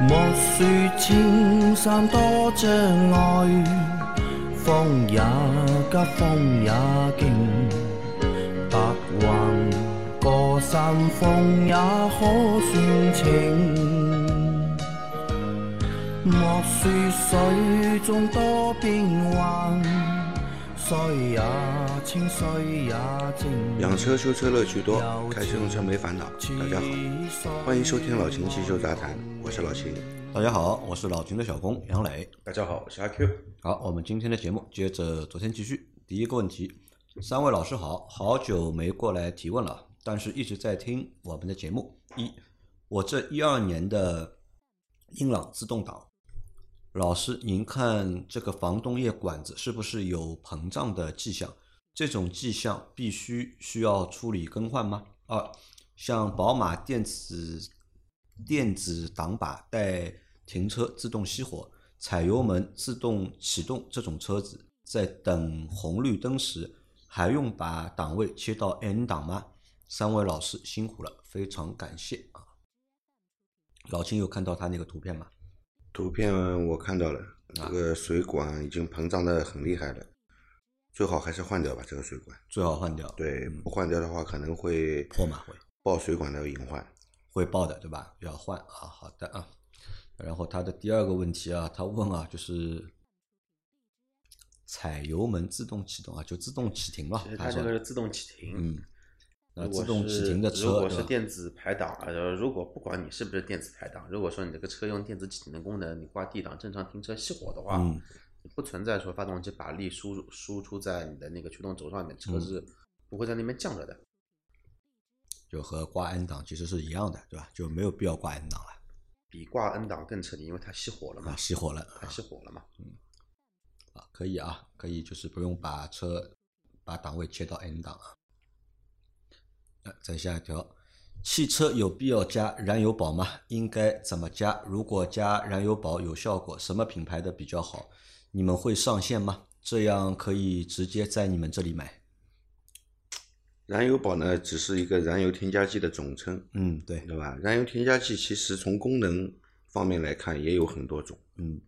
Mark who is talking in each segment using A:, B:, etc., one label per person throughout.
A: 莫说千山多障礙，風也急，風也勁，白雲過山峰也可算情。莫說水中多變幻，水也清，水也靜。
B: 养车修车乐趣多，开车用车没烦恼。大家
A: 好
B: 好，欢迎收听老秦汽修杂谈，我是老秦。
C: 大家好，我是老秦的小工杨磊。
B: 大家好，我是阿 Q。
C: 好，我们今天的节目接着昨天继续。第一个问题，三位老师好，好久没过来提问了，但是一直在听我们的节目。一，我这一二年的英朗自动挡，老师您看这个防冻液管子是不是有膨胀的迹象？这种迹象必须需要处理更换吗？二，像宝马电子电子挡把带停车自动熄火、踩油门自动启动这种车子，在等红绿灯时，还用把档位切到 N 档吗？三位老师辛苦了，非常感谢啊！老秦有看到他那个图片吗？
B: 图片我看到了，这
C: 啊
B: 个水管已经膨胀的很厉害了，最好还是换掉吧，这个水管。
C: 最好换掉，，
B: 对，不换掉的话可能会
C: 破马会。
B: 爆水管的隐患。
C: 会报的，对吧？要换啊，好的啊。然后他的第二个问题啊，他问啊，就是踩油门自动启动啊，就自动启停了
D: 其实。
C: 他
D: 它这
C: 说
D: 个，是自动启停，
C: 嗯，那
D: 如果
C: 自动启停的
D: 是如
C: 车，
D: 果
C: 对
D: 是
C: 吧？
D: 电子排档，呃，如果不管你是不是电子排档，如果说你这个车用电子启停的功能，你挂 D 档正常停车熄火的话，
C: 嗯
D: 不存在说发动机把力输入输出在你的那个驱动轴上面，车
C: 嗯
D: 是不会在那边降着的。
C: 就和挂 N 档其实是一样的，对吧？就没有必要挂 N 档了
D: 比挂 N 档更彻底，因为它熄火了嘛
C: 啊，，熄火了
D: 它熄火了嘛。
C: 啊，可以啊，可以，就是不用把车把档位切到 N 档啊。呃，再下一条，汽车有必要加燃油宝吗？应该怎么加？如果加燃油宝有效果，什么品牌的比较好？你们会上线吗？这样可以直接在你们这里买。
B: 燃油宝呢，只是一个燃油添加剂的总称，
C: 嗯，对，
B: 对吧？燃油添加剂其实从功能方面来看也有很多种，
C: 嗯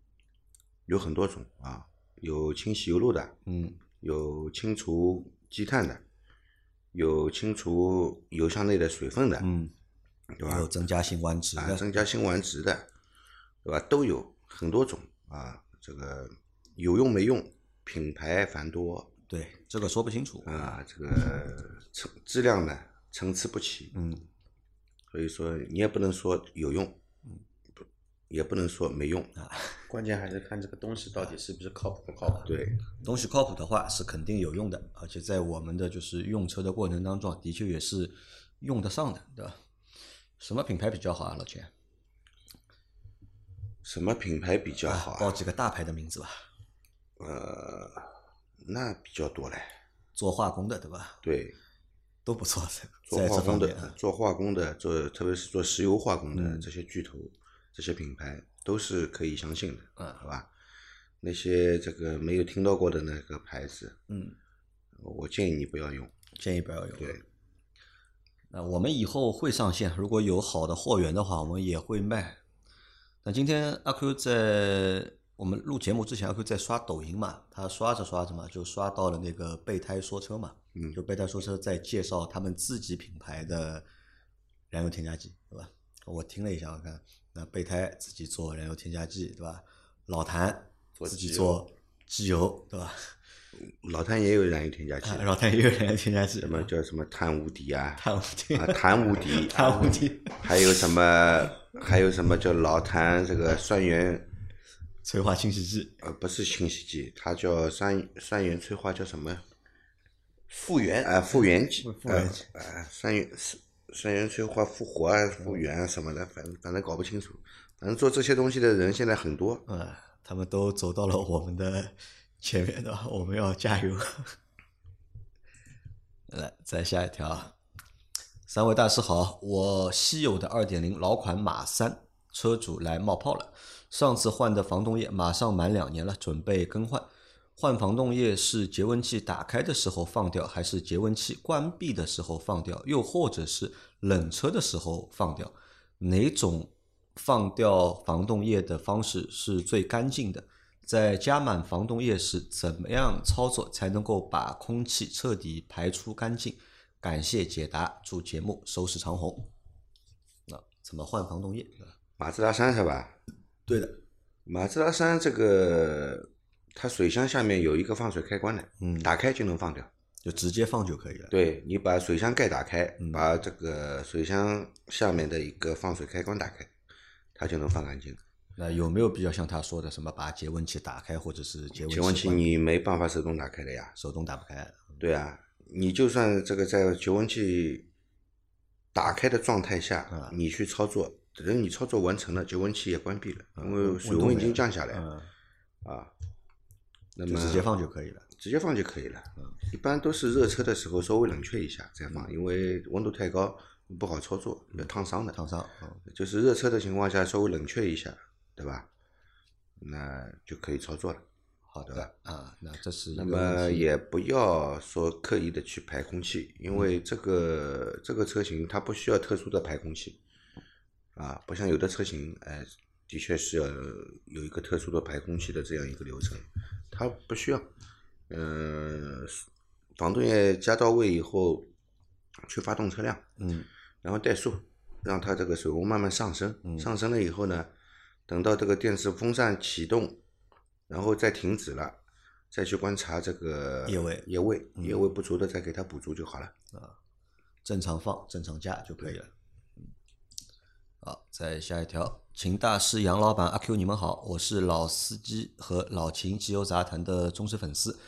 B: 有很多种啊，有清洗油路的，
C: 嗯
B: 有清除积碳的，有清除油箱内的水分的，
C: 嗯，
B: 对
C: 有
B: 吧？
C: 增加辛烷值
B: 啊，
C: 的，
B: 增加辛烷值的，对吧？都有很多种啊。这个有用没用，品牌繁多
C: 对，这个说不清楚。
B: 啊，这个层质量呢参差不齐，
C: 嗯
B: 所以说你也不能说有用，不也不能说没用，
D: 关键还是看这个东西到底是不是靠谱不靠谱。
B: 对。
C: 东西靠谱的话是肯定有用的，而且在我们的就是用车的过程当中，啊的确也是用得上的，对吧？什么品牌比较好啊，老钱？
B: 什么品牌比较好、
C: 报
B: 啊？
C: 几个大牌的名字吧，
B: 呃，那比较多嘞。
C: 做化工的对吧？
B: 对，
C: 都不错，
B: 做
C: 在
B: 化
C: 这
B: 工
C: 方面
B: 的
C: 啊，，
B: 做化工的，做特别是做石油化工的、
C: 嗯
B: 这些巨头、这些品牌都是可以相信的，
C: 嗯
B: 好吧？那些这个没有听到过的那个牌子，
C: 嗯，
B: 我建议你不要用。
C: 建议不要用。
B: 对，
C: 那我们以后会上线，如果有好的货源的话，我们也会卖。那今天阿 Q 在我们录节目之前，阿 Q 在刷抖音嘛，他刷着刷着嘛，就刷到了那个备胎说车嘛，
B: 嗯
C: 就备胎说车在介绍他们自己品牌的燃油添加剂，对吧？我听了一下，我看那备胎自己做燃油添加剂，对吧？老谭
D: 做
C: 自己
D: 机油
C: 做机油，对吧？
B: 老谭也有燃油添加剂，
C: 啊 老谭也有燃油添加剂，
B: 什么叫什么碳无敌啊？
C: 碳无敌
B: 啊，碳无敌，
C: 碳无敌
B: 还有什么？还有什么叫老谭这 个酸源？
C: 催化清洗剂，
B: 呃，不是清洗剂，它叫酸酸源催化叫什么？
D: 复原
B: 啊，复原剂，
C: 复原剂
B: 呃，啊，三元三三元催化复活啊，复原啊什么的，反正反正搞不清楚。反正做这些东西的人现在很多，
C: 嗯，他们都走到了我们的前面的，我们要加油。 来，再下一条啊，三位大师好，我稀有的二点零老款马三车主来冒泡了，上次换的防冻液马上满两年了，准备更换。换防冻液是节温器打开的时候放掉，还是节温器关闭的时候放掉，又或者是冷车的时候放掉？哪种放掉防冻液的方式是最干净的。在加满防冻液时，怎么样操作才能够把空气彻底排出干净？感谢解答，祝节目收视长虹。那怎么换防冻液？
B: 马自达山是吧？
C: 对的，
B: 马自达山这个，它水箱下面有一个放水开关的，
C: 嗯
B: 打开就能放掉。
C: 就直接放就可以了。
B: 对你把水箱盖打开，
C: 嗯
B: 把这个水箱下面的一个放水开关打开，它就能放干净。
C: 那有没有比较像他说的什么把节温器打开，或者是节
B: 节温
C: 器
B: 器
C: 关
B: 你没办法手动打开的呀。
C: 手动打不开？
B: 对啊，你就算这个在节温器打开的状态下，
C: 嗯
B: 你去操作，等你操作完成了，节温器也关闭了，因
C: 嗯
B: 为水温已经降下来了、
C: 嗯，
B: 啊。那
C: 就
B: 么
C: 直接放就啊可以了。
B: 直接放就可以了。一般都是热车的时候稍微冷却一下再放，因为温度太高不好操作，要烫伤的。
C: 烫伤，嗯
B: 就是热车的情况下稍微冷却一下，对吧？那就可以操作了。
C: 好的啊，那这是一
B: 那
C: 个问
B: 么
C: 题
B: 也不要说刻意的去排空气，因
C: 嗯
B: 为这个这个车型它不需要特殊的排空气，啊，不像有的车型，哎，的确是要有一个特殊的排空气的这样一个流程，它不需要。嗯、防冻液加到位以后，去发动车辆，
C: 嗯
B: 然后怠速，让它这个水温慢慢上升，
C: 嗯
B: 上升了以后呢，等到这个电子风扇启动，然后再停止了，再去观察这个
C: 液位
B: 液位、
C: 嗯
B: 液位不足的再给它补足就好了。
C: 正常放正常加就可以了。嗯好，再下一条，秦大师、杨老板、阿 Q，你们好，我是老司机和老秦机油杂谈的忠实粉丝，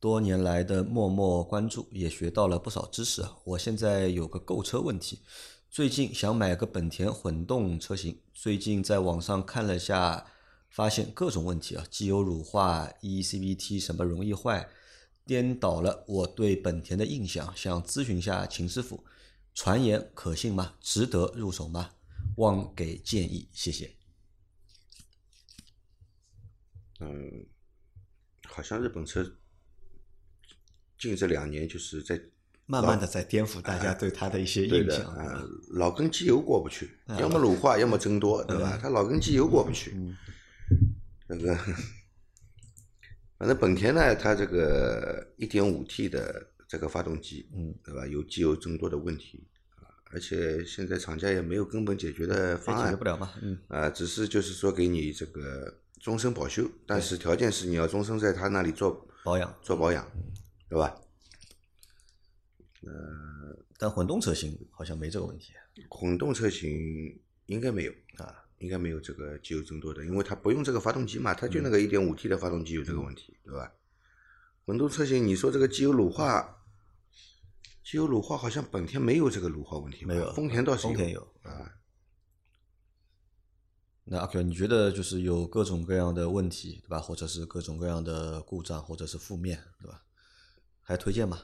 C: 多年来的默默关注，也学到了不少知识啊。我现在有个购车问题，最近想买个本田混动车型，最近在网上看了下，发现各种问题啊，机油乳化、ECVT E 什么容易坏，颠倒了我对本田的印象，想咨询一下秦师傅，传言可信吗？值得入手吗？望给建议，谢谢。
B: 嗯，好像日本车近这两年就是在
C: 慢慢的在颠覆大家对他的一些
B: 哎对
C: 印
B: 的
C: 象，哎
B: 啊、老跟机油过不去，要么乳化，要么增多，对
C: 嗯
B: 吧？它老跟机油过不去，那个， 反正本田呢，它这个一点五 T 的这个发动机，
C: 嗯，
B: 对吧？有机油增多的问题啊而且现在厂家也没有根本解决的
C: 也
B: 方
C: 解
B: 案
C: 决不了嘛，嗯，
B: 啊，只是就是说给你这个终身保修，但是条件是你要终身在他那里做
C: 保养。
B: 做保养，
C: 嗯
B: 对吧？
C: 但混动车型好像没这个问题，
B: 混动车型应该没有啊，应该没有这个机油增多的，因为它不用这个发动机嘛，它就那
C: 嗯
B: 个一点五 T 的发动机有这个问题，对吧？混动车型，你说这个机油乳化，机油乳化好像本田没有这个乳化问题吧，
C: 没有。
B: 丰田倒是
C: 丰田
B: 有嗯
C: 有啊。那阿 Q，你觉得就是有各种各样的问题，对吧？或者是各种各样的故障，或者是负面，对吧？还推荐吗？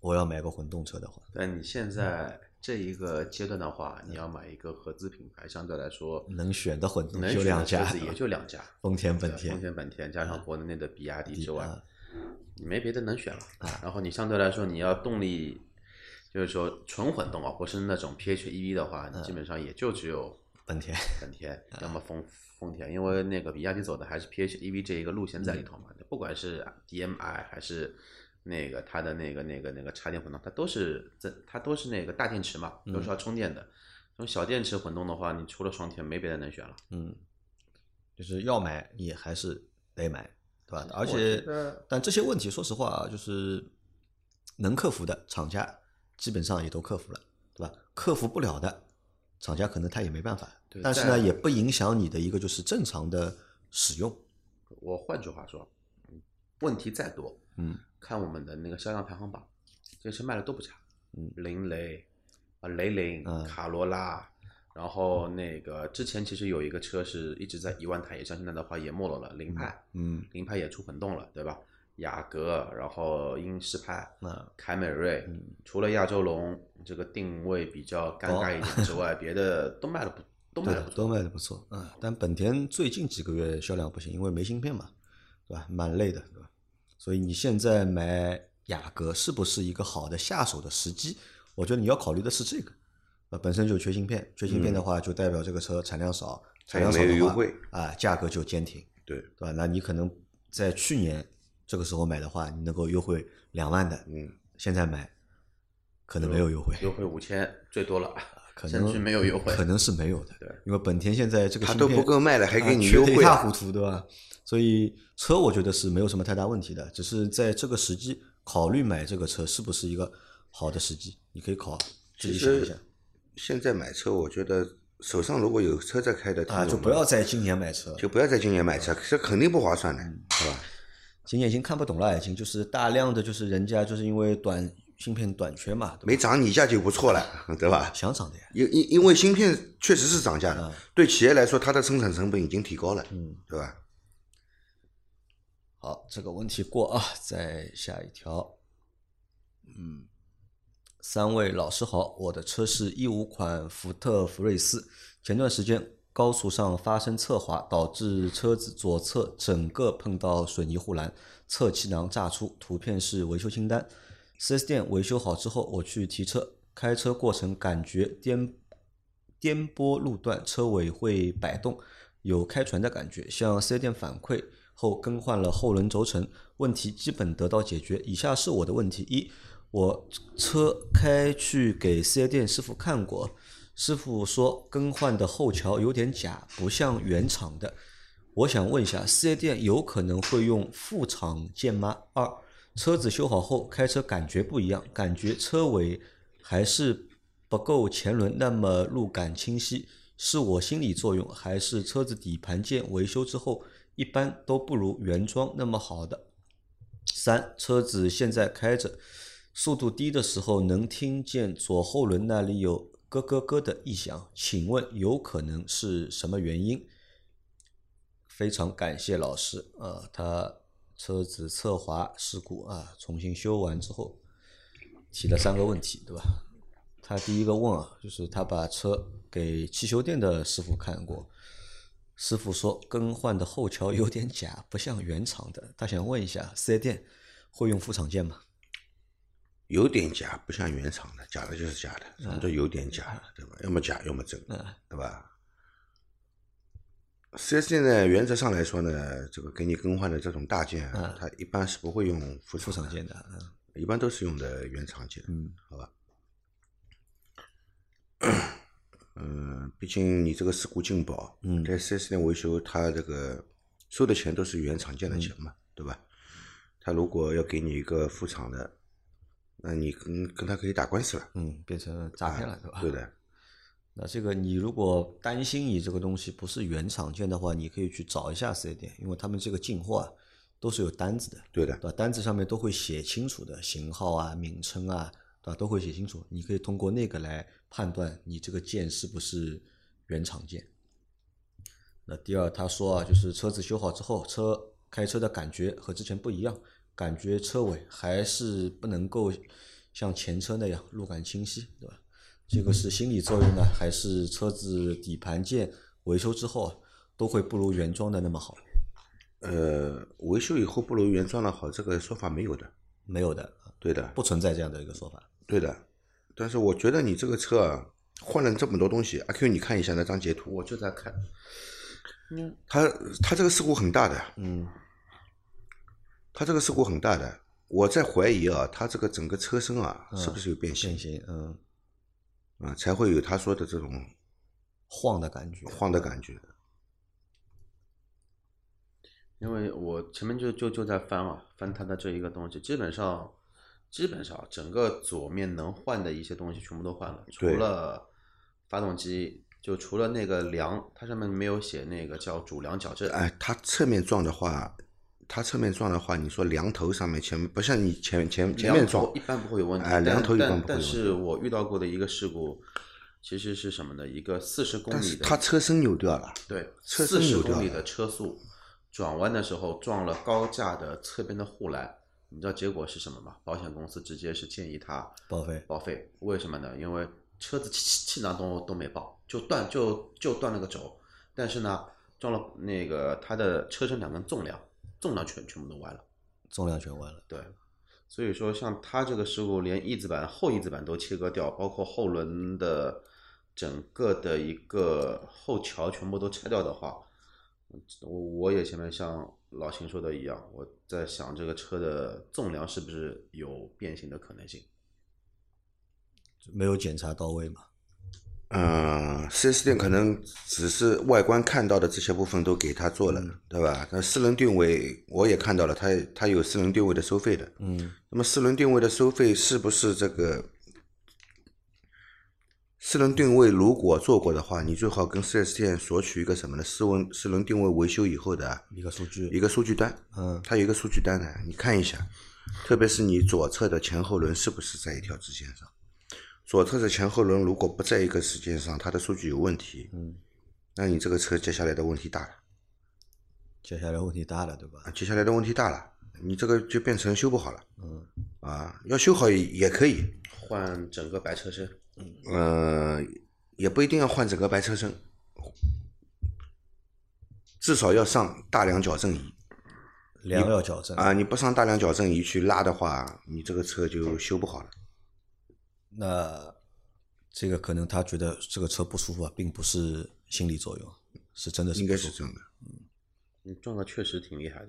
C: 我要买个混动车的话，
D: 但你现在这一个阶段的话，你要买一个合资品牌，相对来说
C: 能选的混动
D: 能
C: 就
D: 选
C: 两
D: 的
C: 家
D: 车子，也就两家，
C: 丰田、
D: 对
C: 本田
D: 丰。田、本田，加上国内的比亚迪之外
C: 啊，
D: 你没别的能选了。然后你相对来说，你要动力，就是说纯混动啊，不是那种 PHEV 的话，你
C: 啊
D: 基本上也就只有
C: 本田。
D: 本田，要么丰丰田，因为那个比亚迪走的还是 PHEV 这一个路线在里头嘛，
C: 嗯
D: 不管是啊 DMI 还是那个它的那个那个那个插电混动，它都是在它都是那个大电池嘛，都
C: 嗯
D: 是要充电的。这种小电池混动的话，你除了双田没别的能选了。
C: 嗯，就是要买你还是得买，对吧？而
D: 我
C: 且
D: 觉得，
C: 但这些问题，说实话啊，就是能克服的，厂家基本上也都克服了，对吧？克服不了的，厂家可能他也没办法
D: 对。
C: 但是
D: 在
C: 呢，也不影响你的一个就是正常的使用。
D: 我换句话说，问题再多，
C: 嗯，
D: 看我们的那个销量排行榜，这些车卖的都不差。
C: 嗯
D: 林雷啊，雷凌、
C: 嗯
D: 卡罗拉，然后那个之前其实有一个车是一直在一万台以上，现在的话也没落了，凌派，
C: 嗯，
D: 凌派也出混动了，对吧？雅阁，然后英仕派，
C: 那
D: 凯美瑞，
C: 嗯
D: 除了亚洲龙这个定位比较尴尬一点之 外，别的都卖的不都卖
C: 对
D: 的
C: 的
D: 不，
C: 都卖的不错啊、但本田最近几个月销量不行，因为没芯片嘛，对吧？蛮累的，对吧？所以你现在买雅阁是不是一个好的下手的时机？我觉得你要考虑的是这个呃，本身就缺芯片，缺芯片的话就代表这个车产量少，产量
B: 它
C: 少
B: 哎也没有
C: 的
B: 优
C: 话
B: 惠
C: 啊、价格就坚挺，
B: 对
C: 对吧？那你可能在去年这个时候买的话，你能够优惠两万的，
B: 嗯，
C: 现在买可能没有优惠，
D: 优惠五千最多了，
C: 可
D: 甚
C: 能
D: 至没有优惠
C: 可能是没有的，
D: 对，
C: 因为本田现在这个
B: 它
C: 芯
B: 都
C: 片
B: 不够卖了还
C: 啊
B: 给你
C: 缺
B: 优
C: 得
B: 惠
C: 一塌
B: 了
C: 糊涂，对吧？所以车我觉得是没有什么太大问题的，只是在这个时机考虑买这个车是不是一个好的时机，你可以考自
B: 其
C: 己想一下
B: 实现在买车，我觉得手上如果有车在开的听
C: 啊，就
B: 众
C: 不
B: 们
C: 要在今年买车，
B: 就不要在今年买车，这肯定不划算的，
C: 嗯
B: 是吧？
C: 今年已经看不懂了，已经就是大量的就是人家就是因为短芯片短缺嘛，对吧
B: 没涨你价就不错了，对吧？
C: 想涨的呀，啊
B: 因因因为芯片确实是涨价的，对企业来说，它的生产成本已经提高了，
C: 嗯。
B: 对吧？
C: 好，这个问题过啊，再下一条。嗯，三位老师好，我的车是一五款福特福睿斯，前段时间高速上发生侧滑，导致车子左侧整个碰到水泥护栏，侧气囊炸出，图片是维修清单。4S 店维修好之后，我去提车，开车过程感觉颠颠簸路段，车尾会摆动，有开船的感觉。向 4S 店反馈后，更换了后轮轴承，问题基本得到解决。以下是我的问题：一，我车开去给 4S 店师傅看过，师傅说更换的后桥有点假，不像原厂的。我想问一下，4S 店有可能会用副厂件吗？二，车子修好后开车感觉不一样，感觉车尾还是不够前轮那么路感清晰，是我心理作用，还是车子底盘件维修之后一般都不如原装那么好的？三，车子现在开着，速度低的时候能听见左后轮那里有咯咯咯的异响，请问有可能是什么原因？非常感谢老师，呃，他车子侧滑事故啊，重新修完之后提了三个问题，对吧？他第一个问啊，就是他把车给汽修店的师傅看过，师傅说更换的后桥有点假，不像原厂的。他想问一下四 S 店会用副厂件吗？
B: 有点假，不像原厂的，假的就是假的，什么叫有点假的，对吧？要么假，要么真，
C: 嗯
B: 对吧？4S 店呢，原则上来说呢，这个给你更换的这种大件啊，它一般是不会用副
C: 副
B: 厂
C: 嗯厂
B: 的
C: 件的，嗯
B: 一般都是用的原厂件，
C: 嗯，
B: 好吧。嗯，毕竟你这个事故劲爆，
C: 嗯
B: 在 4S 店维修，他这个收的钱都是原厂件
C: 嗯
B: 的钱嘛，对吧？他如果要给你一个副厂的，那你跟跟他可以打官司了，
C: 嗯，变成诈骗了，对吧？
B: 对的。
C: 那这个你如果担心你这个东西不是原厂件的话，你可以去找一下四 S 店，因为他们这个进货啊都是有单子的，
B: 对的
C: 对吧？单子上面都会写清楚的型号啊、名称啊，对吧？都会写清楚，你可以通过那个来判断你这个件是不是原厂件。那第二，他说啊，就是车子修好之后，车开车的感觉和之前不一样，感觉车尾还是不能够像前车那样路感清晰，对吧？这个是心理作用呢，还是车子底盘件维修之后啊都会不如原装的那么好？
B: 呃，维修以后不如原装的好，这个说法没有的，
C: 没有的，
B: 对的，
C: 不存在这样的一个说法。
B: 对的。但是我觉得你这个车啊，换了这么多东西，阿 Q 你看一下那张截图，
D: 我就在看，嗯
B: 他他这个事故很大的，
C: 嗯
B: 他这个事故很大的，我在怀疑啊，他这个整个车身啊，
C: 嗯
B: 是不是有变
C: 变
B: 形
C: 形，嗯，
B: 啊，才会有他说的这种
C: 晃的感觉，
B: 晃的感觉。
D: 因为我前面就就就在翻啊，翻它的这一个东西，基本上基本上整个左面能换的一些东西全部都换了，除
B: 对
D: 了发动机，就除了那个梁，它上面没有写那个叫主梁矫正，
B: 哎，他侧面撞的话，他侧面撞的话，你说梁头上面前面不像你前前前面
D: 梁头
B: 撞
D: 一，般不会有问题，
B: 哎梁头一般不会有
D: 但但。但
B: 问题
D: 是我遇到过的一个事故，其实是什么呢？一个四十公
B: 但
D: 里
B: 是
D: 的，
B: 他车身扭掉了。
D: 对
B: 车
D: 四
B: 身
D: 十
B: 扭掉
D: 公里
B: 了
D: 的车速，转弯的时候撞了高架的侧边的护栏，你知道结果是什么吗？保险公司直接是建议他
C: 报废。
D: 报废，为什么呢？因为车子气气气囊都都没爆，就断就就断了个轴，但是呢撞了那个它的车身两根纵梁，纵梁全全部都歪了。
C: 重量全完了，
D: 对，所以说像它这个事故，连翼子板、后翼子板都切割掉，包括后轮的整个的一个后桥全部都拆掉的话，我我也前面像老秦说的一样，我在想这个车的纵梁是不是有变形的可能性。
C: 没有检查到位嘛？
B: 嗯四 S 店可能只是外观看到的这些部分都给他做了，对吧？那四轮定位我也看到了，它它有四轮定位的收费的，
C: 嗯，
B: 那么四轮定位的收费是不是这个？四轮定位如果做过的话，你最好跟四 S 店索取一个什么呢？四轮四轮定位维修以后的啊
C: 一个数
B: 一
C: 据，
B: 个数据单，
C: 嗯
B: 它有一个数据单的，你看一下，特别是你左侧的前后轮是不是在一条直线上？左侧的前后轮如果不在一个直线上，它的数据有问题，
C: 嗯，
B: 那你这个车接下来的问题大了，
C: 接下来问题大了，对吧
B: 啊？接下来的问题大了，你这个就变成修不好了
C: 嗯，
B: 啊！要修好也也可以，
D: 换整个白车身，
B: 呃，也不一定要换整个白车身，至少要上大梁矫正仪
C: 梁要矫正
B: 啊！你不上大梁矫正仪去拉的话，你这个车就修不好了。
C: 那这个可能他觉得这个车不舒服啊，并不是心理作用，是真的是
B: 应
C: 不
B: 该
C: 舒
B: 是
C: 服。
B: 这样的。
D: 你撞的确实挺厉害的。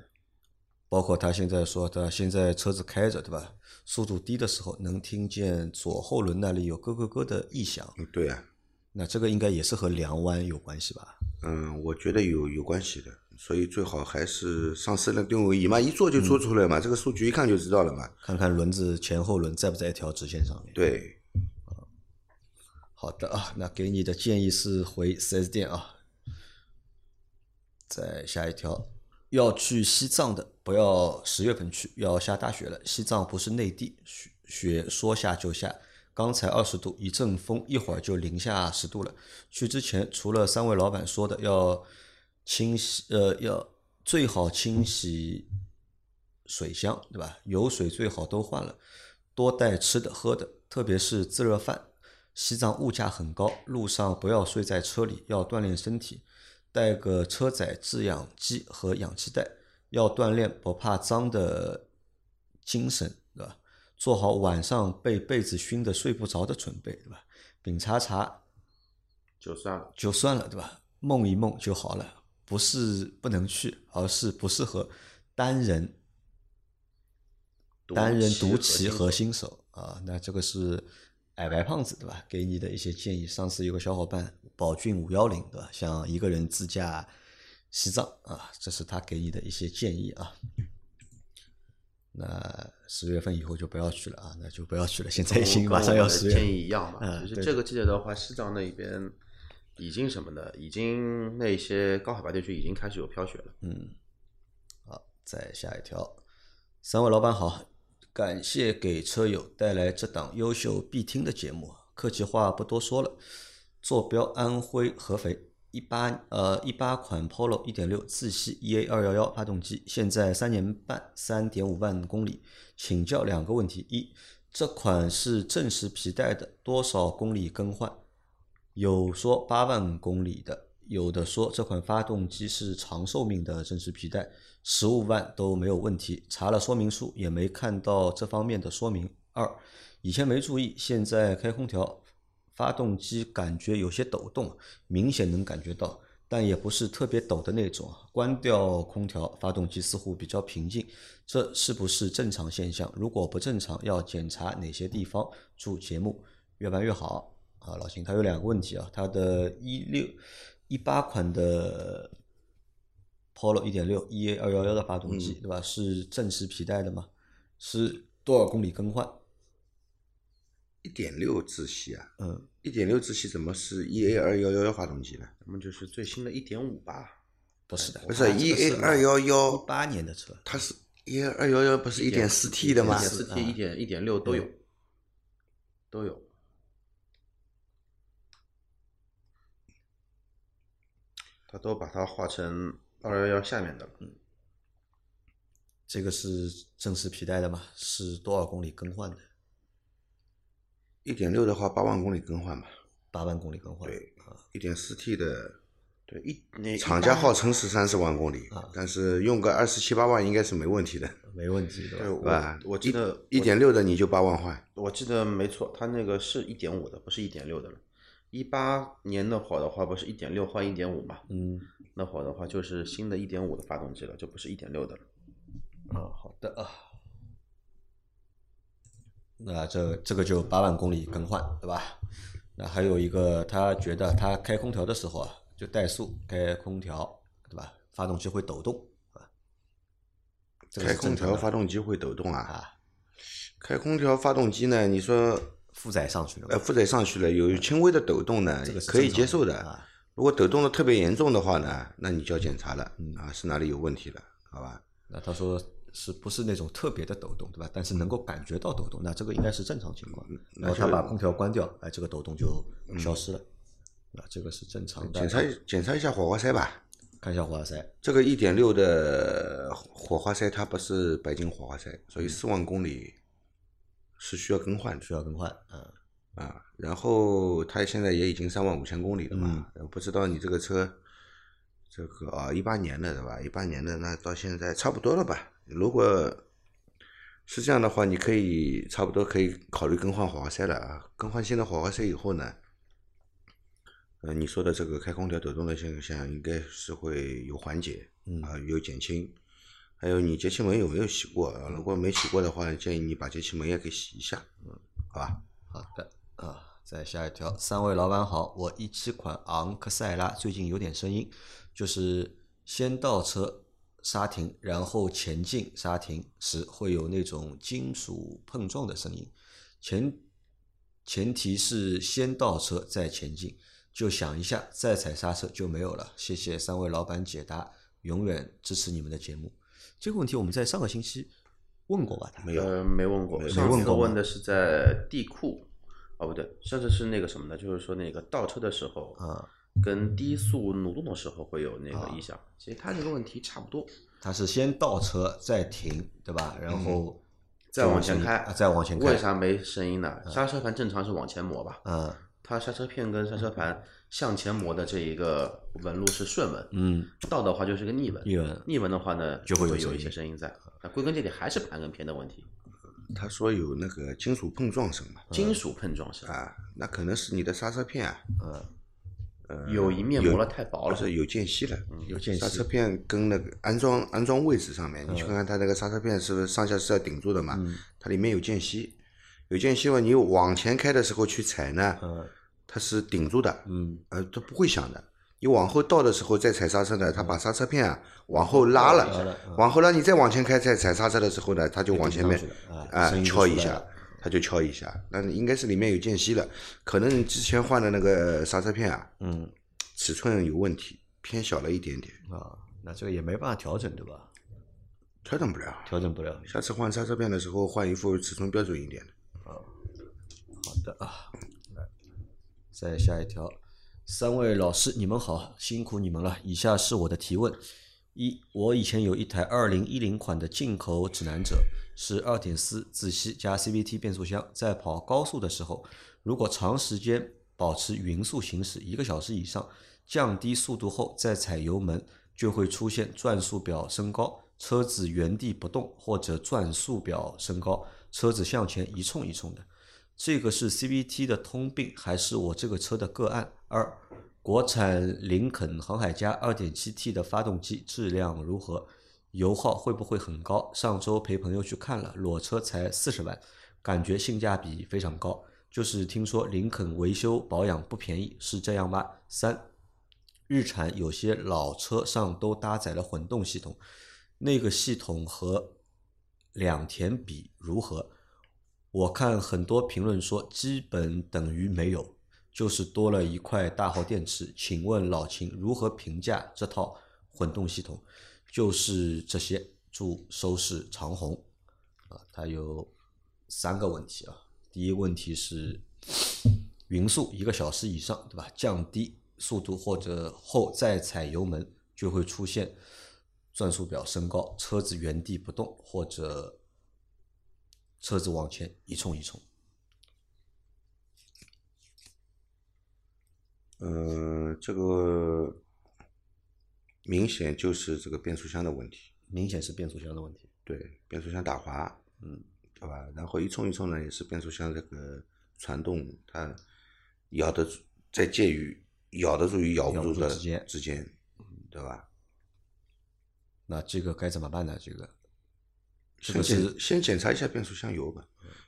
C: 包括他现在说，他现在车子开着，对吧？速度低的时候，能听见左后轮那里有咯咯咯的异响，
B: 嗯，对啊，
C: 那这个应该也是和梁弯有关系吧？
B: 嗯，我觉得有有关系的，所以最好还是上四轮定位仪嘛，一做就
C: 嗯
B: 做出来嘛，这个数据一看就知道了嘛。
C: 看看轮子前后轮在不在一条直线上面。
B: 对，
C: 好的啊，那给你的建议是回 4S 店啊。再下一条，要去西藏的，不要十月份去，要下大雪了。西藏不是内地，雪雪说下就下，刚才二十度，一阵风，一会儿就零下十度了。去之前，除了三位老板说的要清洗，呃，要最好清洗水箱，对吧？油水最好都换了，多带吃的喝的，特别是自热饭。西藏物价很高，路上不要睡在车里，要锻炼身体，带个车载制氧机和氧气袋，要锻炼不怕脏的精神，对吧？做好晚上被被子熏得睡不着的准备，对吧？饼茶茶
D: 就算了，
C: 就算了，对吧？梦一梦就好了，不是不能去，而是不适合单人、
D: 独
C: 单人
D: 骑
C: 独
D: 和
C: 骑
D: 新
C: 和
D: 手
C: 新手啊。那这个是矮白胖子对吧？给你的一些建议。上次有个小伙伴宝骏五幺零对吧？想一个人自驾西藏啊，这是他给你的一些建议啊。那十月份以后就不要去了啊，那就不要去了。现在已经
D: 跟
C: 马上
D: 我
C: 要
D: 的
C: 十月份
D: 建议一样嘛，
C: 嗯
D: 就是
C: 对
D: 这个季节的话，西藏那边已经什么的，已经那些高海拔地区已经开始有飘雪了。
C: 嗯，好，再下一条。三位老板好，感谢给车友带来这档优秀必听的节目。客气话不多说了，坐标安徽合肥，一八呃一八款 Polo 一点六自吸 EA 二幺幺发动机，现在三年半，三点五万公里。请教两个问题：一，这款是正时皮带的，多少公里更换？有说八万公里的，有的说这款发动机是长寿命的正时皮带，十五万都没有问题。查了说明书也没看到这方面的说明。二，以前没注意，现在开空调，发动机感觉有些抖动，啊明显能感觉到，但也不是特别抖的那种啊。关掉空调，发动机似乎比较平静，这是不是正常现象？如果不正常，要检查哪些地方？祝节目越办越好啊！老秦，他有两个问题啊，他的一六一八款的 Polo 一点六 EA 二幺幺的发动机、对吧？是正时皮带的吗？是多少公里更换？
B: 一点六自吸啊，
C: 嗯，
B: 一点六自吸怎么是 EA 二幺幺幺发动机呢？
D: 那么就是最新的一点五吧，
C: 不是的，
B: 不是 EA 二幺
C: 一
B: 幺，
C: 八年的车，
B: 它是 EA 二幺幺不是一点四 T 的
D: 一
B: 吗？
D: 点四
C: 啊嗯
D: T、一点一点六都有，都有。他都把它划成二幺幺下面的了，
C: 嗯这个是正时皮带的吗？是多少公里更换的？
B: 一点六的话，八万公里更换吧。
C: 八万公里更换。啊
B: 对一点四 T 的
D: 对一那
B: 厂家号
D: 号。
B: 称是三十万公里，
C: 嗯
B: 但是用个二十七八万应该是没问题的，
C: 没问题
D: 对，
C: 的吧？
B: 是
D: 我
B: 吧？
D: 我记得
B: 一点六的你就八万换，
D: 我记得没错，它那个是一点五的，不是一点六的了。一八年那会儿的话，不是一点六换一点五嘛？
C: 嗯，
D: 那会儿的话就是新的一点五的发动机了，就不是一点六的了。
C: 啊，好的啊。那这这个就八万公里更换，对吧？那还有一个，他觉得他开空调的时候啊，就怠速开空调，对吧？发动机会抖动啊。这个
B: 开
C: 是
B: 空
C: 正常
B: 调
C: 的
B: 发动机会抖动啊，
C: 啊，
B: 开空调发动机呢，你说
C: 负载上去了嘛，
B: 呃负载上去了，有轻微的抖动呢
C: 这个，是
B: 呃可以
C: 正常
B: 接受
C: 的
B: 的。
C: 啊。
B: 如果抖动的特别严重的话呢，那你就要检查了啊，是哪里有问题了，好吧？
C: 那他说是不是那种特别的抖动，对吧？但是能够感觉到抖动，那这个应该是正常情况。然后他把空调关掉，哎，这个抖动就消失了。那这个是正常的。
B: 检查一检查一下火花塞吧。
C: 看一下火花塞，
B: 这个一点六的火花塞它不是白金火花塞，
C: 嗯
B: 所以四万公里是需要更换的
C: 需要更换，嗯。
B: 啊。然后它现在也已经三万五千公里了嘛，不知道你这个车，这个啊一八年的对吧？一八年的那到现在差不多了吧？如果是这样的话，你可以差不多可以考虑更换火花塞了啊。更换新的火花塞以后呢，呃，你说的这个开空调抖动的现象应该是会有缓解，
C: 嗯
B: 啊，有减轻。还有你节气门有没有洗过？啊如果没洗过的话，建议你把节气门也给洗一下，嗯，好吧？
C: 好的啊，再下一条，三位老板好，我一七款昂克赛拉最近有点声音，就是先倒车刹停，然后前进刹停时会有那种金属碰撞的声音，前前提是先倒车再前进，就想一下再踩刹车就没有了。谢谢三位老板解答，永远支持你们的节目。这个问题我们在上个星期问过吧？他
B: 没有
D: 呃，没问过。
B: 没
D: 上
C: 问
D: 次
C: 过吗
D: 问的是在地库，哦不对，上次是那个什么呢？就是说那个倒车的时候，
C: 啊，
D: 跟低速蠕动的时候会有那个
C: 啊
D: 异响。其实它这个问题差不多。
C: 他是先倒车再停，对吧？然后
D: 嗯再往前开
C: 啊再往前开。啊
D: 为？啥没声音呢？刹车盘正常是往前磨吧？
C: 嗯
D: 它刹车片跟刹车盘向前磨的这一个纹路是顺纹，
C: 嗯，
D: 倒的话就是个逆纹。
C: 逆纹
D: 逆纹的话呢，
C: 就会
D: 会
C: 有声
D: 有
C: 音啊
D: 一些声音在。那归根结底还是盘跟片的问题，
B: 他说有那个金属碰撞声嘛，
C: 啊
D: 金属碰撞声，
B: 啊，那可能是你的刹车片啊，
D: 有一面磨了太薄
B: 或
C: 啊
D: 了，
B: 者有间隙了，
C: 有间
B: 嗯
C: 隙嗯
B: 刹车片跟那个安装安装位置上面，你去看看它那个刹车片是不是上下是要顶住的嘛？它里面有间隙，有间隙嘛，你往前开的时候去踩呢，
C: 嗯
B: 它是顶住的，
C: 嗯，
B: 呃，它不会响的。你往后倒的时候再踩刹车呢，它把刹车片啊往后拉
C: 嗯拉了
B: 了，
C: 嗯
B: 往后拉，你再往前开再踩刹车的时候呢，它就往前面
C: 顶上去了啊
B: 啊
C: 声音就
B: 敲一
C: 出来
B: 下
C: 了，
B: 它就敲一下，那应该是里面有间隙了，可能你之前换的那个刹车片啊，
C: 嗯
B: 尺寸有问题，偏小了一点点，
C: 啊，那这个也没办法调整，对吧？
B: 调整不了。
C: 调整不了。
B: 下次换刹车片的时候，换一副尺寸标准一点的。
C: 好的啊，再下一条，三位老师你们好，辛苦你们了。以下是我的提问：一，我以前有一台二零一零款的进口指南者，是二点四自吸加 CVT 变速箱，在跑高速的时候，如果长时间保持匀速行驶一个小时以上，降低速度后再踩油门，就会出现转速表升高，车子原地不动或者转速表升高，车子向前一冲一冲的。这个是 CVT 的通病，还是我这个车的个案？二，国产林肯航海家 2.7T 的发动机质量如何？油耗会不会很高？上周陪朋友去看了，裸车才四十万，感觉性价比非常高。就是听说林肯维修保养不便宜，是这样吗？三，日产有些老车上都搭载了混动系统，那个系统和两田比如何？我看很多评论说基本等于没有，就是多了一块大号电池。请问老秦如何评价这套混动系统？就是这些，祝收视长虹。啊，它有三个问题啊。第一个问题是匀速一个小时以上，对吧？降低速度或者后再踩油门，就会出现转速表升高，车子原地不动或者车子往前一冲一冲。
B: 嗯，这个明显就是这个变速箱的问题，
C: 明显是变速箱的问题。
B: 对，变速箱打滑，
C: 嗯，
B: 对吧？然后一冲一冲呢，也是变速箱这个传动它咬得住在介于咬得住与咬不
C: 咬不
B: 住
C: 住
B: 的
C: 之间嗯
B: 之间，对吧？
C: 那这个该怎么办呢？这个
B: 先
C: 这个
B: 检
C: 是
B: 先检查一下变速箱油吧，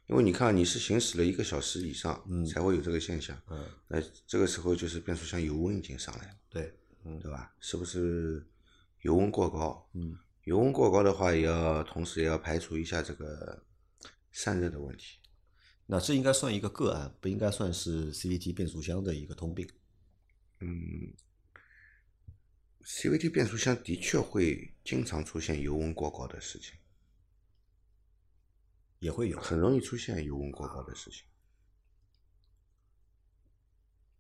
B: 因为你看你是行驶了一个小时以上，
C: 嗯
B: 才会有这个现象。
C: 嗯
B: 那这个时候就是变速箱油温已经上来了，
C: 对
B: 对吧？是不是油温过高？
C: 嗯，
B: 油温过高的话，也要同时也要排除一下这个散热的问题。
C: 那这应该算一个个案，不应该算是 CVT 变速箱的一个通病。
B: 嗯，CVT 变速箱的确会经常出现油温过高的事情，
C: 也会有
B: 很容易出现油温过高的事情，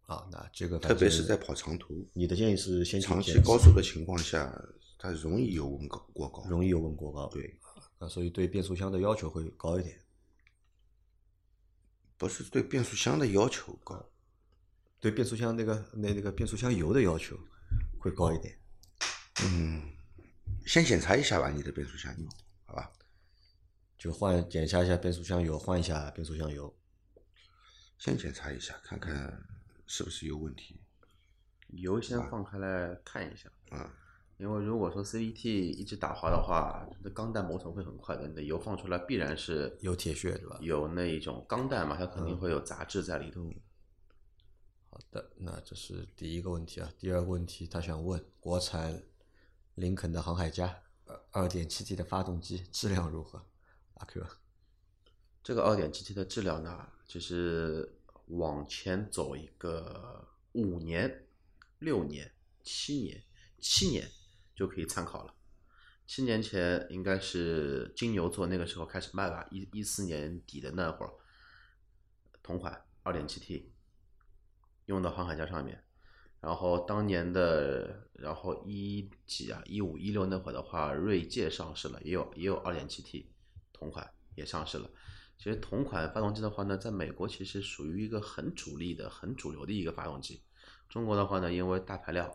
C: 啊。那这个反
B: 特别是
C: 正
B: 在跑长途、
C: 你的建议是先去
B: 长期
C: 检
B: 高速的情况下，它容易油温高过高。
C: 容易油温过高，
B: 对，
C: 那所以对变速箱的要求会高一点，
B: 不是对变速箱的要求高，
C: 对变速箱那个那那个变速箱油的要求会高一点。
B: 先检查一下吧，你的变速箱油，好吧？
C: 就换检查一下变速箱油，换一下变速箱油。
B: 先检查一下，看看是不是有问题。
D: 油先
C: 啊
D: 放开来看一下，
B: 啊，
D: 因为如果说 CVT 一直打滑的话，那钢弹磨损会很快的，你的油放出来必然是
C: 有铁屑是吧？啊嗯
D: 有那一种钢弹嘛，它肯定会有杂质在里头。
C: 好的，那这是第一个问题啊。第二个问题，他想问国产林肯的航海家呃二点七 T 的发动机质量如何？阿 Q，
D: 这个二点七 T 的质量呢，就是往前走一个五年、六年、七年、七年就可以参考了。七年前应该是金牛座那个时候开始卖吧，一一四年底的那会儿，同款二点七 T 用到航海家上面。然后当年的，然后一几啊，一五一六那会儿的话，锐界上市了，也有也有二点七 T 同款也上市了。其实同款发动机的话呢，在美国其实属于一个很主力的、很主流的一个发动机。中国的话呢，因为大排量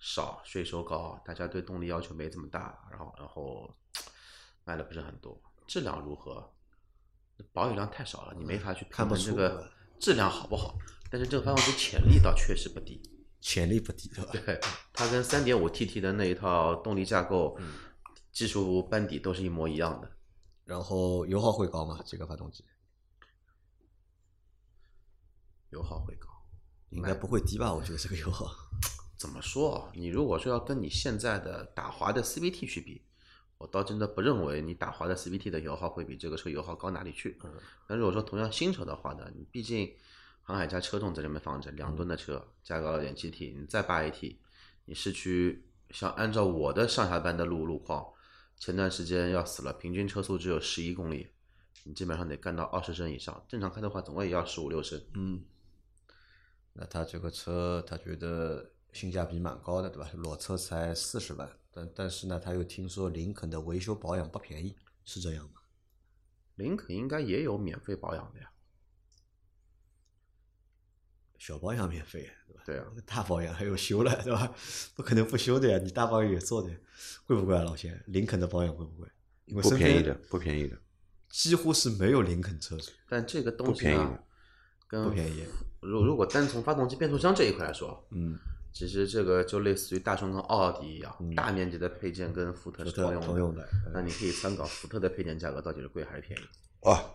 D: 少、税收高，大家对动力要求没这么大，然后然后卖的不是很多。质量如何？保有量太少了，你没法去
C: 看
D: 评
C: 不
D: 论这
C: 出
D: 个质量好不好。但是这个发动机潜力倒确实不低。
C: 潜力不低，对吧？
D: 对，它跟三点五 TT 的那一套动力架构、技术班底都是一模一样的。
C: 然后油耗会高吗？这个发动机
D: 油耗会高，
C: 应该不会低吧？我觉得这个油耗，
D: 怎么说啊？你如果说要跟你现在的打滑的 CVT 去比，我倒真的不认为你打滑的 CVT 的油耗会比这个车油耗高哪里去。那如果说同样新车的话呢，你毕竟航海家车重在这边放着，两吨的车加个二点七 T，你再八 AT，你市区像按照我的上下班的路路况，前段时间要死了，平均车速只有十一公里，你基本上得干到二十升以上，正常开的话总共也要十五六升。
C: 嗯，那他这个车他觉得性价比蛮高的，对吧？裸车才四十万，但但是呢，他又听说林肯的维修保养不便宜，是这样吗？
D: 林肯应该也有免费保养的呀。
C: 小保养免费，对吧？
D: 对啊，
C: 大保养还有修了，对吧？不可能不修的呀，你大保养也做的呀，贵不贵啊，老谢？林肯的保养贵不贵？因为
B: 不
C: 身
B: 便宜
C: 边
B: 的，不便宜的。
C: 几乎是没有林肯车主，
D: 但这个东西
B: 不便宜
D: 呢
B: 的，
D: 跟
C: 不便宜。
D: 如如果单从发动机、变速箱这一块来说，
C: 嗯，
D: 其实这个就类似于大众跟奥迪一样，大面积的配件跟福特
C: 福
D: 是
C: 特通
D: 通
C: 用
D: 用
C: 的
D: 的。那你可以参考福特的配件价格到底是贵还是便宜。
B: 哦，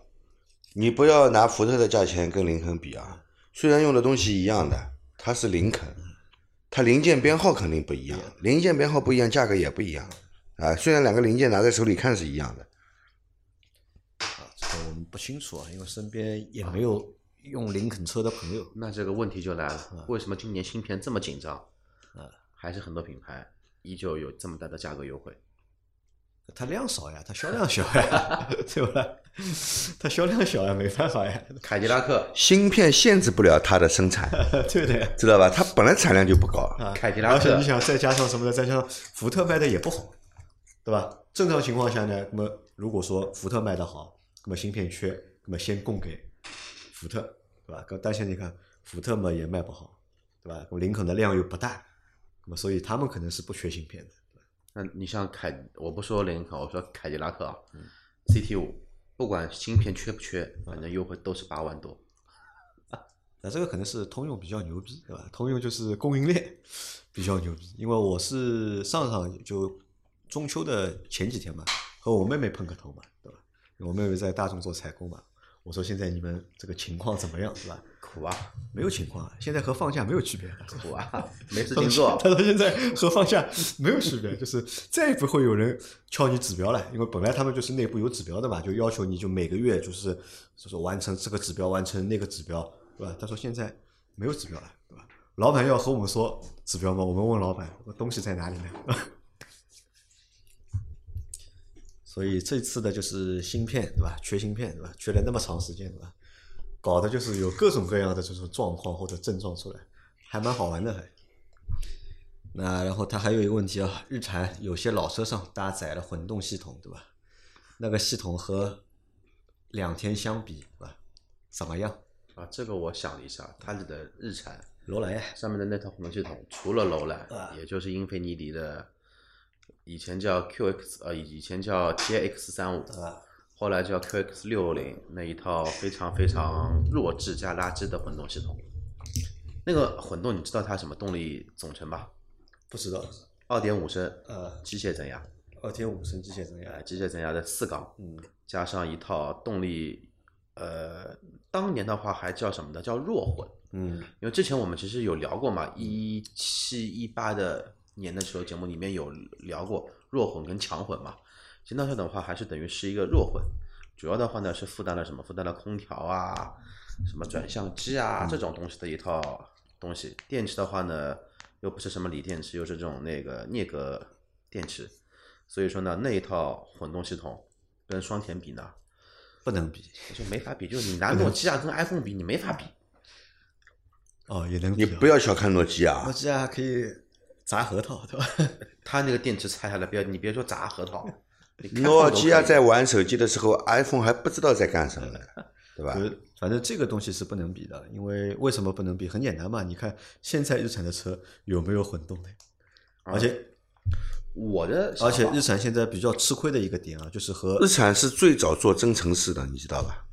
B: 你不要拿福特的价钱跟林肯比啊，虽然用的东西一样的，它是林肯，它零件编号肯定不一样，零件编号不一样，价格也不一样啊。虽然两个零件拿在手里看是一样的，
C: 啊，这个我们不清楚啊，因为身边也没有用林肯车的朋友。
D: 那这个问题就来
C: 嗯
D: 了，为什么今年芯片这么紧张？还是很多品牌依旧有这么大的价格优惠。
C: 它量少呀，它销量小呀， 对吧？它销量小呀，没办法 呀，
D: 凯迪拉克，
B: 芯片限制不了它的生产，
C: 对 的呀。
B: 知道吧？它本来产量就不高，
C: 啊，
D: 凯迪拉克
C: 而且你想再加上什么呢？再加上福特卖的也不好，对吧？正常情况下呢，那么如果说福特卖的好，那么芯片缺，那么先供给福特，对吧？但现在你看福特嘛也卖不好，对吧？那么林肯的量又不大，那么所以他们可能是不缺芯片的。
D: 那你像凯，我不说林肯，我说凯迪拉克啊，CT 五，不管芯片缺不缺，反正优惠都是八万多。
C: 那这个可能是通用比较牛逼，对吧？通用就是供应链比较牛逼，因为我是上上就中秋的前几天嘛，和我妹妹碰个头嘛，对吧？我妹妹在大众做采购嘛，我说现在你们这个情况怎么样，是吧？
D: 苦啊
C: 没有情况，啊，现在和放假没有区别了。，
D: 苦啊，没事情做
C: 他说现在和放假没有区别，就是再也不会有人敲你指标了，因为本来他们就是内部有指标的嘛，就要求你就每个月就是就是完成这个指标，完成那个指标，对吧？他说现在没有指标了，对吧？老板要和我们说指标吗？我们问老板东西在哪里呢？ 所以这次的就是芯片，对吧？缺芯片，对吧？缺了那么长时间，对吧？搞的就是有各种各样的这种状况或者症状出来，还蛮好玩的还。那然后它还有一个问题啊，日产有些老车上搭载了混动系统，对吧？那个系统和两天相比，对吧？怎么样？
D: 啊，这个我想了一下，它的日产
C: 罗莱
D: 上面的那套混动系统，除了楼兰
C: 啊，
D: 也就是英菲尼迪的，以前叫 QX，呃，以前叫 JX 三五，
C: 啊，
D: 后来叫 QX 六零那一套非常非常弱智加垃圾的混动系统。那个混动你知道它什么动力总成吧？
C: 不知道，
D: 二点五升，
C: 呃，
D: 机械增压，
C: 二点五升机械增压
D: 呃，，机械增压的四缸，
C: 嗯，
D: 加上一套动力，呃，当年的话还叫什么呢？叫弱混。
C: 嗯
D: 因为之前我们其实有聊过嘛，一七一八的年的时候，节目里面有聊过弱混跟强混嘛。其实那时候的话，还是等于是一个弱混，主要的话呢是负担了什么？负担了空调啊、什么转向机啊这种东西的一套东西。电池的话呢，又不是什么锂电池，又是这种那个镍镉电池，所以说呢，那一套混动系统跟双田比呢，
C: 不能比
D: 就没法比。就是你拿诺基亚跟 iPhone 比，你没法比。
C: 哦，也能比
B: 你
C: 啊。
B: 不要小看诺基亚
C: 诺，基亚啊可以砸核桃，对吧？
D: 他那个电池拆下来，不要你别说砸核 桃，你看
B: 诺
D: 都
B: 基
D: 可
B: 亚
D: 以
B: 在玩手机的时候，iPhone 还不知道在干什么呢，对吧？
C: 就是反正这个东西是不能比的，因为为什么不能比？很简单嘛，你看现在日产的车有没有混动的？而且
D: 我的想
C: 而且
D: 法
C: 日产现在比较吃亏的一个点啊，就是和
B: 日产是最早做增程式的，你知道吧？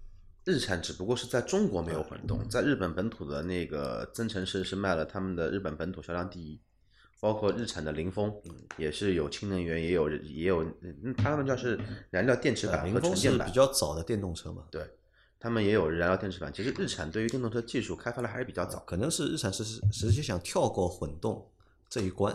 D: 日产只不过是在中国没有混动，在日本本土的那个增程式是卖了他们的日本本土销量第一，包括日产的凌风
C: 嗯
D: 也是有氢能源，也有也有，嗯他们叫是燃料电池版和
C: 呃风
D: 纯
C: 是
D: 电
C: 比
D: 版，
C: 较早的电动车嘛，
D: 对，他们也有燃料电池版。其实日产对于电动车技术开发的还是比较早，
C: 可能是日产是是直接想跳过混动这一关，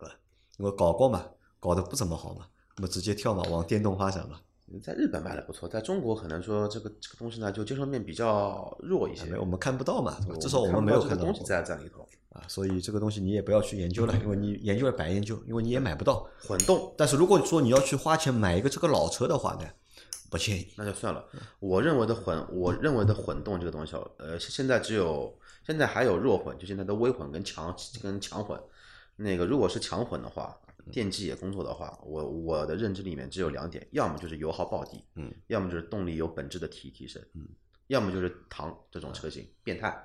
C: 对吧？因为搞过嘛，搞得不怎么好嘛，那么直接跳嘛，往电动发展嘛。
D: 在日本卖的不错，在中国可能说这个这个东西呢就接受面比较弱一些
C: 哎没，我们看不到嘛，对吧
D: 我
C: 至少我
D: 看
C: 们
D: 不
C: 没
D: 到
C: 有
D: 这
C: 看
D: 个
C: 到
D: 东西
C: 过
D: 在在里头。
C: 啊，所以这个东西你也不要去研究了，因为你研究了白研究，因为你也买不到。
D: 混动
C: 但是如果说你要去花钱买一个这个老车的话呢，不建议。
D: 那就算
C: 嗯
D: 了。我认为的混，我认为的混动这个东西啊，呃，现现在只有现在还有弱混，就现在的微混跟强跟强混。那个如果是强混的话，
C: 嗯
D: 电机也工作的话，我我的认知里面只有两点，要么就是油耗暴跌，
C: 嗯，
D: 要么就是动力有本质的提提升，嗯，要么就是唐这种车型变态，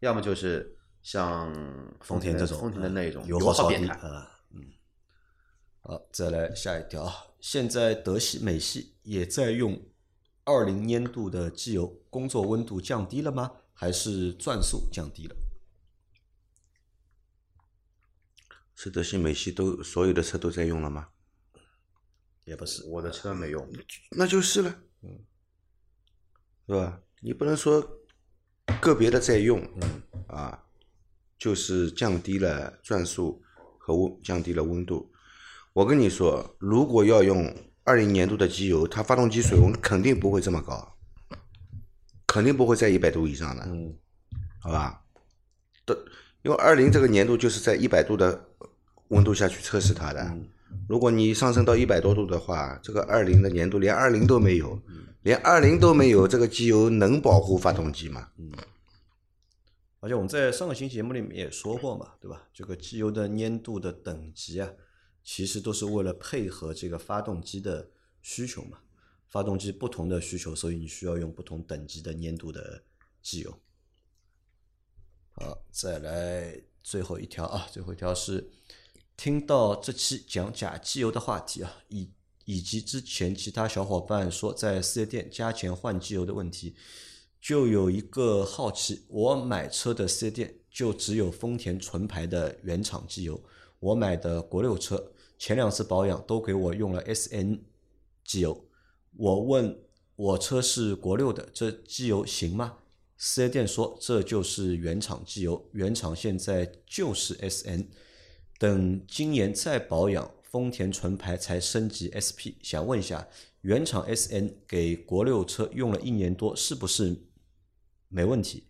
D: 要么就是像
C: 丰田这种
D: 丰田的那一种
C: 啊油
D: 耗
C: 少
D: 变
C: 低
D: 态，
C: 啊，嗯。好，再来下一条啊，现在德系、美系也在用二零粘度的机油，工作温度降低了吗？还是转速降低了？
B: 是德系、美系都所有的车都在用了吗？
C: 也不是，嗯
D: 我的车没用，
B: 那就是了，嗯是吧？你不能说个别的在用，啊，就是降低了转速和温，降低了温度。我跟你说，如果要用二零年度的机油，它发动机水温肯定不会这么高，肯定不会在一百度以上的，
C: 嗯，
B: 好吧？的，因为二零这个年度就是在一百度的温度下去测试它的。如果你上升到一百多度的话，这个二零的年度连二零都没有，连二零都没有，这个机油能保护发动机吗？
C: 而且我们在上个星期节目里面也说过嘛，对吧？这个机油的粘度的等级啊，其实都是为了配合这个发动机的需求嘛。发动机不同的需求，所以你需要用不同等级的粘度的机油。好，再来最后一条啊，最后一条是听到这期讲假机油的话题啊，以以及之前其他小伙伴说在四 S 店加钱换机油的问题，就有一个好奇，我买车的四 S 店就只有丰田纯牌的原厂机油，我买的国六车前两次保养都给我用了 SN 机油。我问我车是国六的，这机油行吗？四 S 店说这就是原厂机油，原厂现在就是 SN，等今年再保养，丰田纯牌才升级 SP。想问一下，原厂 SN 给国六车用了一年多，是不是没问题？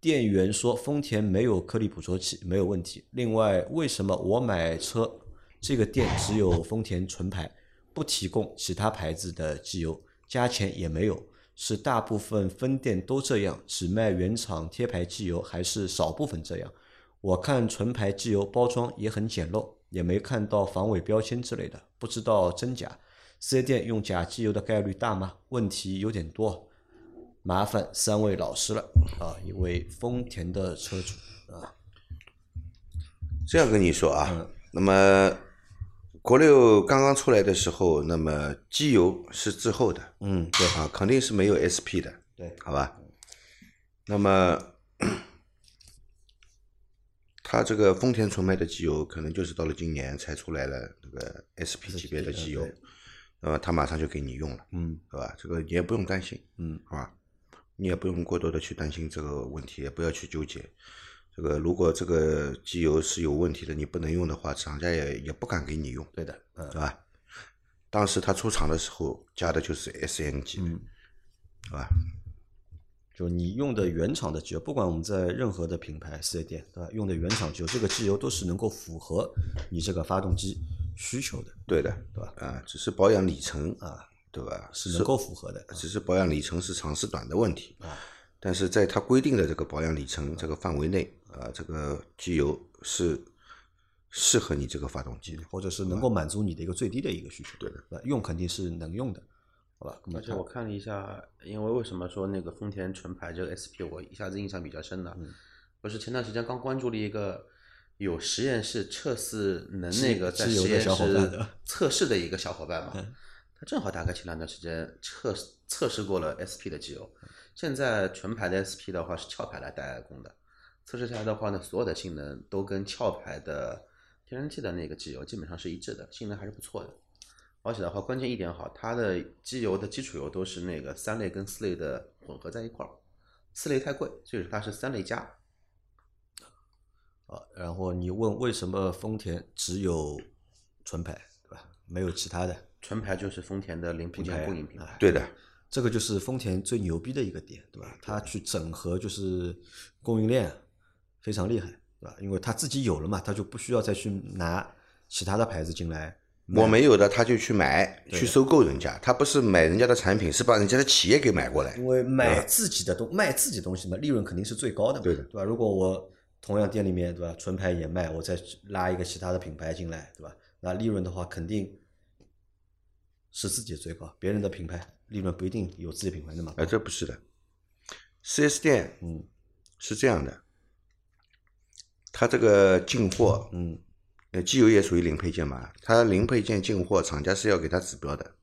C: 店员说丰田没有颗粒捕捉器，没有问题。另外，为什么我买车这个店只有丰田纯牌，不提供其他牌子的机油，加钱也没有？是大部分分店都这样，只卖原厂贴牌机油，还是少部分这样？我看纯牌机油包装也很简陋，也没看到防伪标签之类的，不知道真假。四 S 店用假机油的概率大吗？问题有点多，麻烦三位老师了啊！一位丰田的车主啊，
B: 这样跟你说啊，
C: 嗯
B: 那么国六刚刚出来的时候，那么机油是滞后的
C: 嗯，对
B: 啊，肯定是没有 SP 的，
C: 对，
B: 好吧？那么 它这个丰田纯牌的机油，可能就是到了今年才出来了那个 SP 级别的机油
C: 对，
B: 那么它马上就给你用了，
C: 嗯
B: 对吧？这个你也不用担心，
C: 嗯，
B: 好吧？你也不用过多的去担心这个问题，也不要去纠结。这个如果这个机油是有问题的，你不能用的话，厂家也也不敢给你用，
C: 对的，嗯
B: 对吧？当时它出厂的时候加的就是 SN 级，
C: 嗯，
B: 对吧？
C: 就你用的原厂的机油，不管我们在任何的品牌四 S 店，对吧？用的原厂机油，这个机油都是能够符合你这个发动机需求的，
B: 对的，
C: 对吧？
B: 啊，只是保养里程
C: 啊，
B: 对吧？
C: 是能够符合的。
B: 只是保养里程是长是短的问题
C: 啊。
B: 但是在它规定的这个保养里程这个范围内，啊，这个机油是适合你这个发动机的。
C: 或者是能够满足你的一个最低的一个需求。
B: 对
C: 的，用肯定是能用的，好吧？那么
D: 而且我看了一下，因为为什么说那个丰田纯牌这个 SP 我一下子印象比较深呢？不是前段时间刚关注了一个有实验室测试能
C: 机
D: 那个在
C: 机油
D: 实
C: 的
D: 验
C: 小伙伴
D: 室
C: 的
D: 测试的一个小伙伴嘛
C: 嗯，
D: 他正好大概前两段时间测试测试过了 SP 的机油，现在纯牌的 SP 的话是壳牌来代工的，测试下来的话呢，所有的性能都跟壳牌的天然气的那个机油基本上是一致的，性能还是不错的。而且的话，关键一点好，它的机油的基础油都是那个三类跟四类的混合在一块儿，四类太贵，所以说它是三类加。
C: 啊，然后你问为什么丰田只有纯牌，对吧？没有其他的，
D: 纯牌就是丰田哎的零部件供应品牌，
B: 对的，
C: 这个就是丰田最牛逼的一个点，对吧？它去整合就是供应链非常厉害，对吧？因为它自己有了嘛，它就不需要再去拿其他的牌子进来。
B: 我没有的他就去买，去收购人家，他不是买人家的产品，是把人家的企业给买过来
C: 因。为买自己的东卖自己东西嘛，利润肯定是最高的嘛，
B: 啊对的
C: 吧？如果我同样店里面对吧，纯牌也卖，我再拉一个其他的品牌进来，对吧？那利润的话肯定是自己最高，别人的品牌利润不一定有自己品牌那么高
B: 呃，这不是的。4S 店
C: 嗯
B: 是这样的，它这个进货，
C: 嗯，
B: 呃，机油也属于零配件嘛，它零配件进货，厂家是要给它指标的，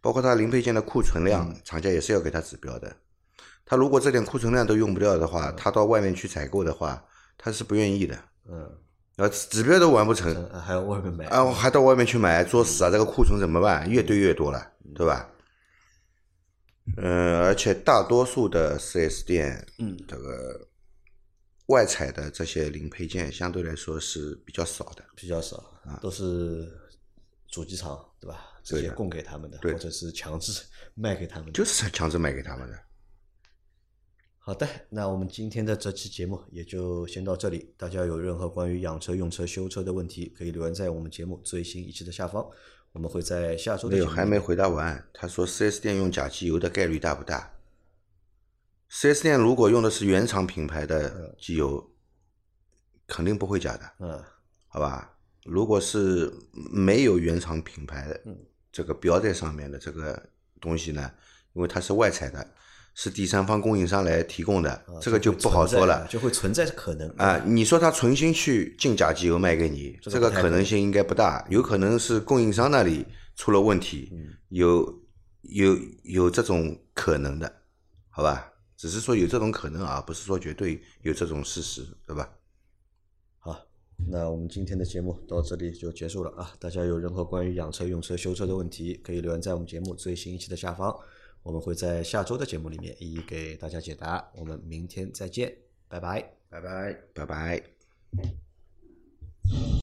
B: 包括它零配件的库存量，厂家也是要给它指标的。他如果这点库存量都用不掉的话，他到外面去采购的话，他是不愿意的，
C: 嗯
B: 啊，指标都完不成，
C: 嗯，还有外面买，
B: 啊，我还到外面去买，作死啊！这个库存怎么办？越堆越多了，对吧？嗯，而且大多数的 4S 店，
C: 嗯，
B: 这个外采的这些零配件相对来说是比较少的。
C: 比较少，都是主机厂对吧？直
B: 啊对
C: 接
B: 的
C: 供给他们的，
B: 对
C: 或者是强制卖给他们的。
B: 就是强制卖给他们的。
C: 好的，那我们今天的这期节目也就先到这里。大家有任何关于养车、用车、修车的问题，可以留言在我们节目最新一期的下方，我们会在下周的
B: 没有，
C: 节目
B: 哎还没回答完。他说 4S 店用假机油的概率大不大？4S 店如果用的是原厂品牌
C: 呃
B: 的机油，肯定不会假的。
C: 嗯
B: 好吧？如果是没有原厂品牌的
C: 嗯
B: 这个标在上面的这个东西呢，因为它是外采的，是第三方供应商来提供的
C: 啊，
B: 这个就不好说了
C: 就会存在可能
B: 啊。你说他存心去进假机油卖给你，
C: 这
B: 这
C: 个
B: 个
C: 不太
B: 可能性应该不大，有可能是供应商那里出
C: 嗯
B: 了问题，有有有这种可能的，好吧？只是说有这种可能啊，不是说绝对有这种事实，对吧？
C: 好，那我们今天的节目到这里就结束了啊！大家有任何关于养车、用车、修车的问题，可以留言在我们节目最新一期的下方，我们会在下周的节目里面一一给大家解答。我们明天再见，拜拜。
D: 拜拜。
B: 拜拜。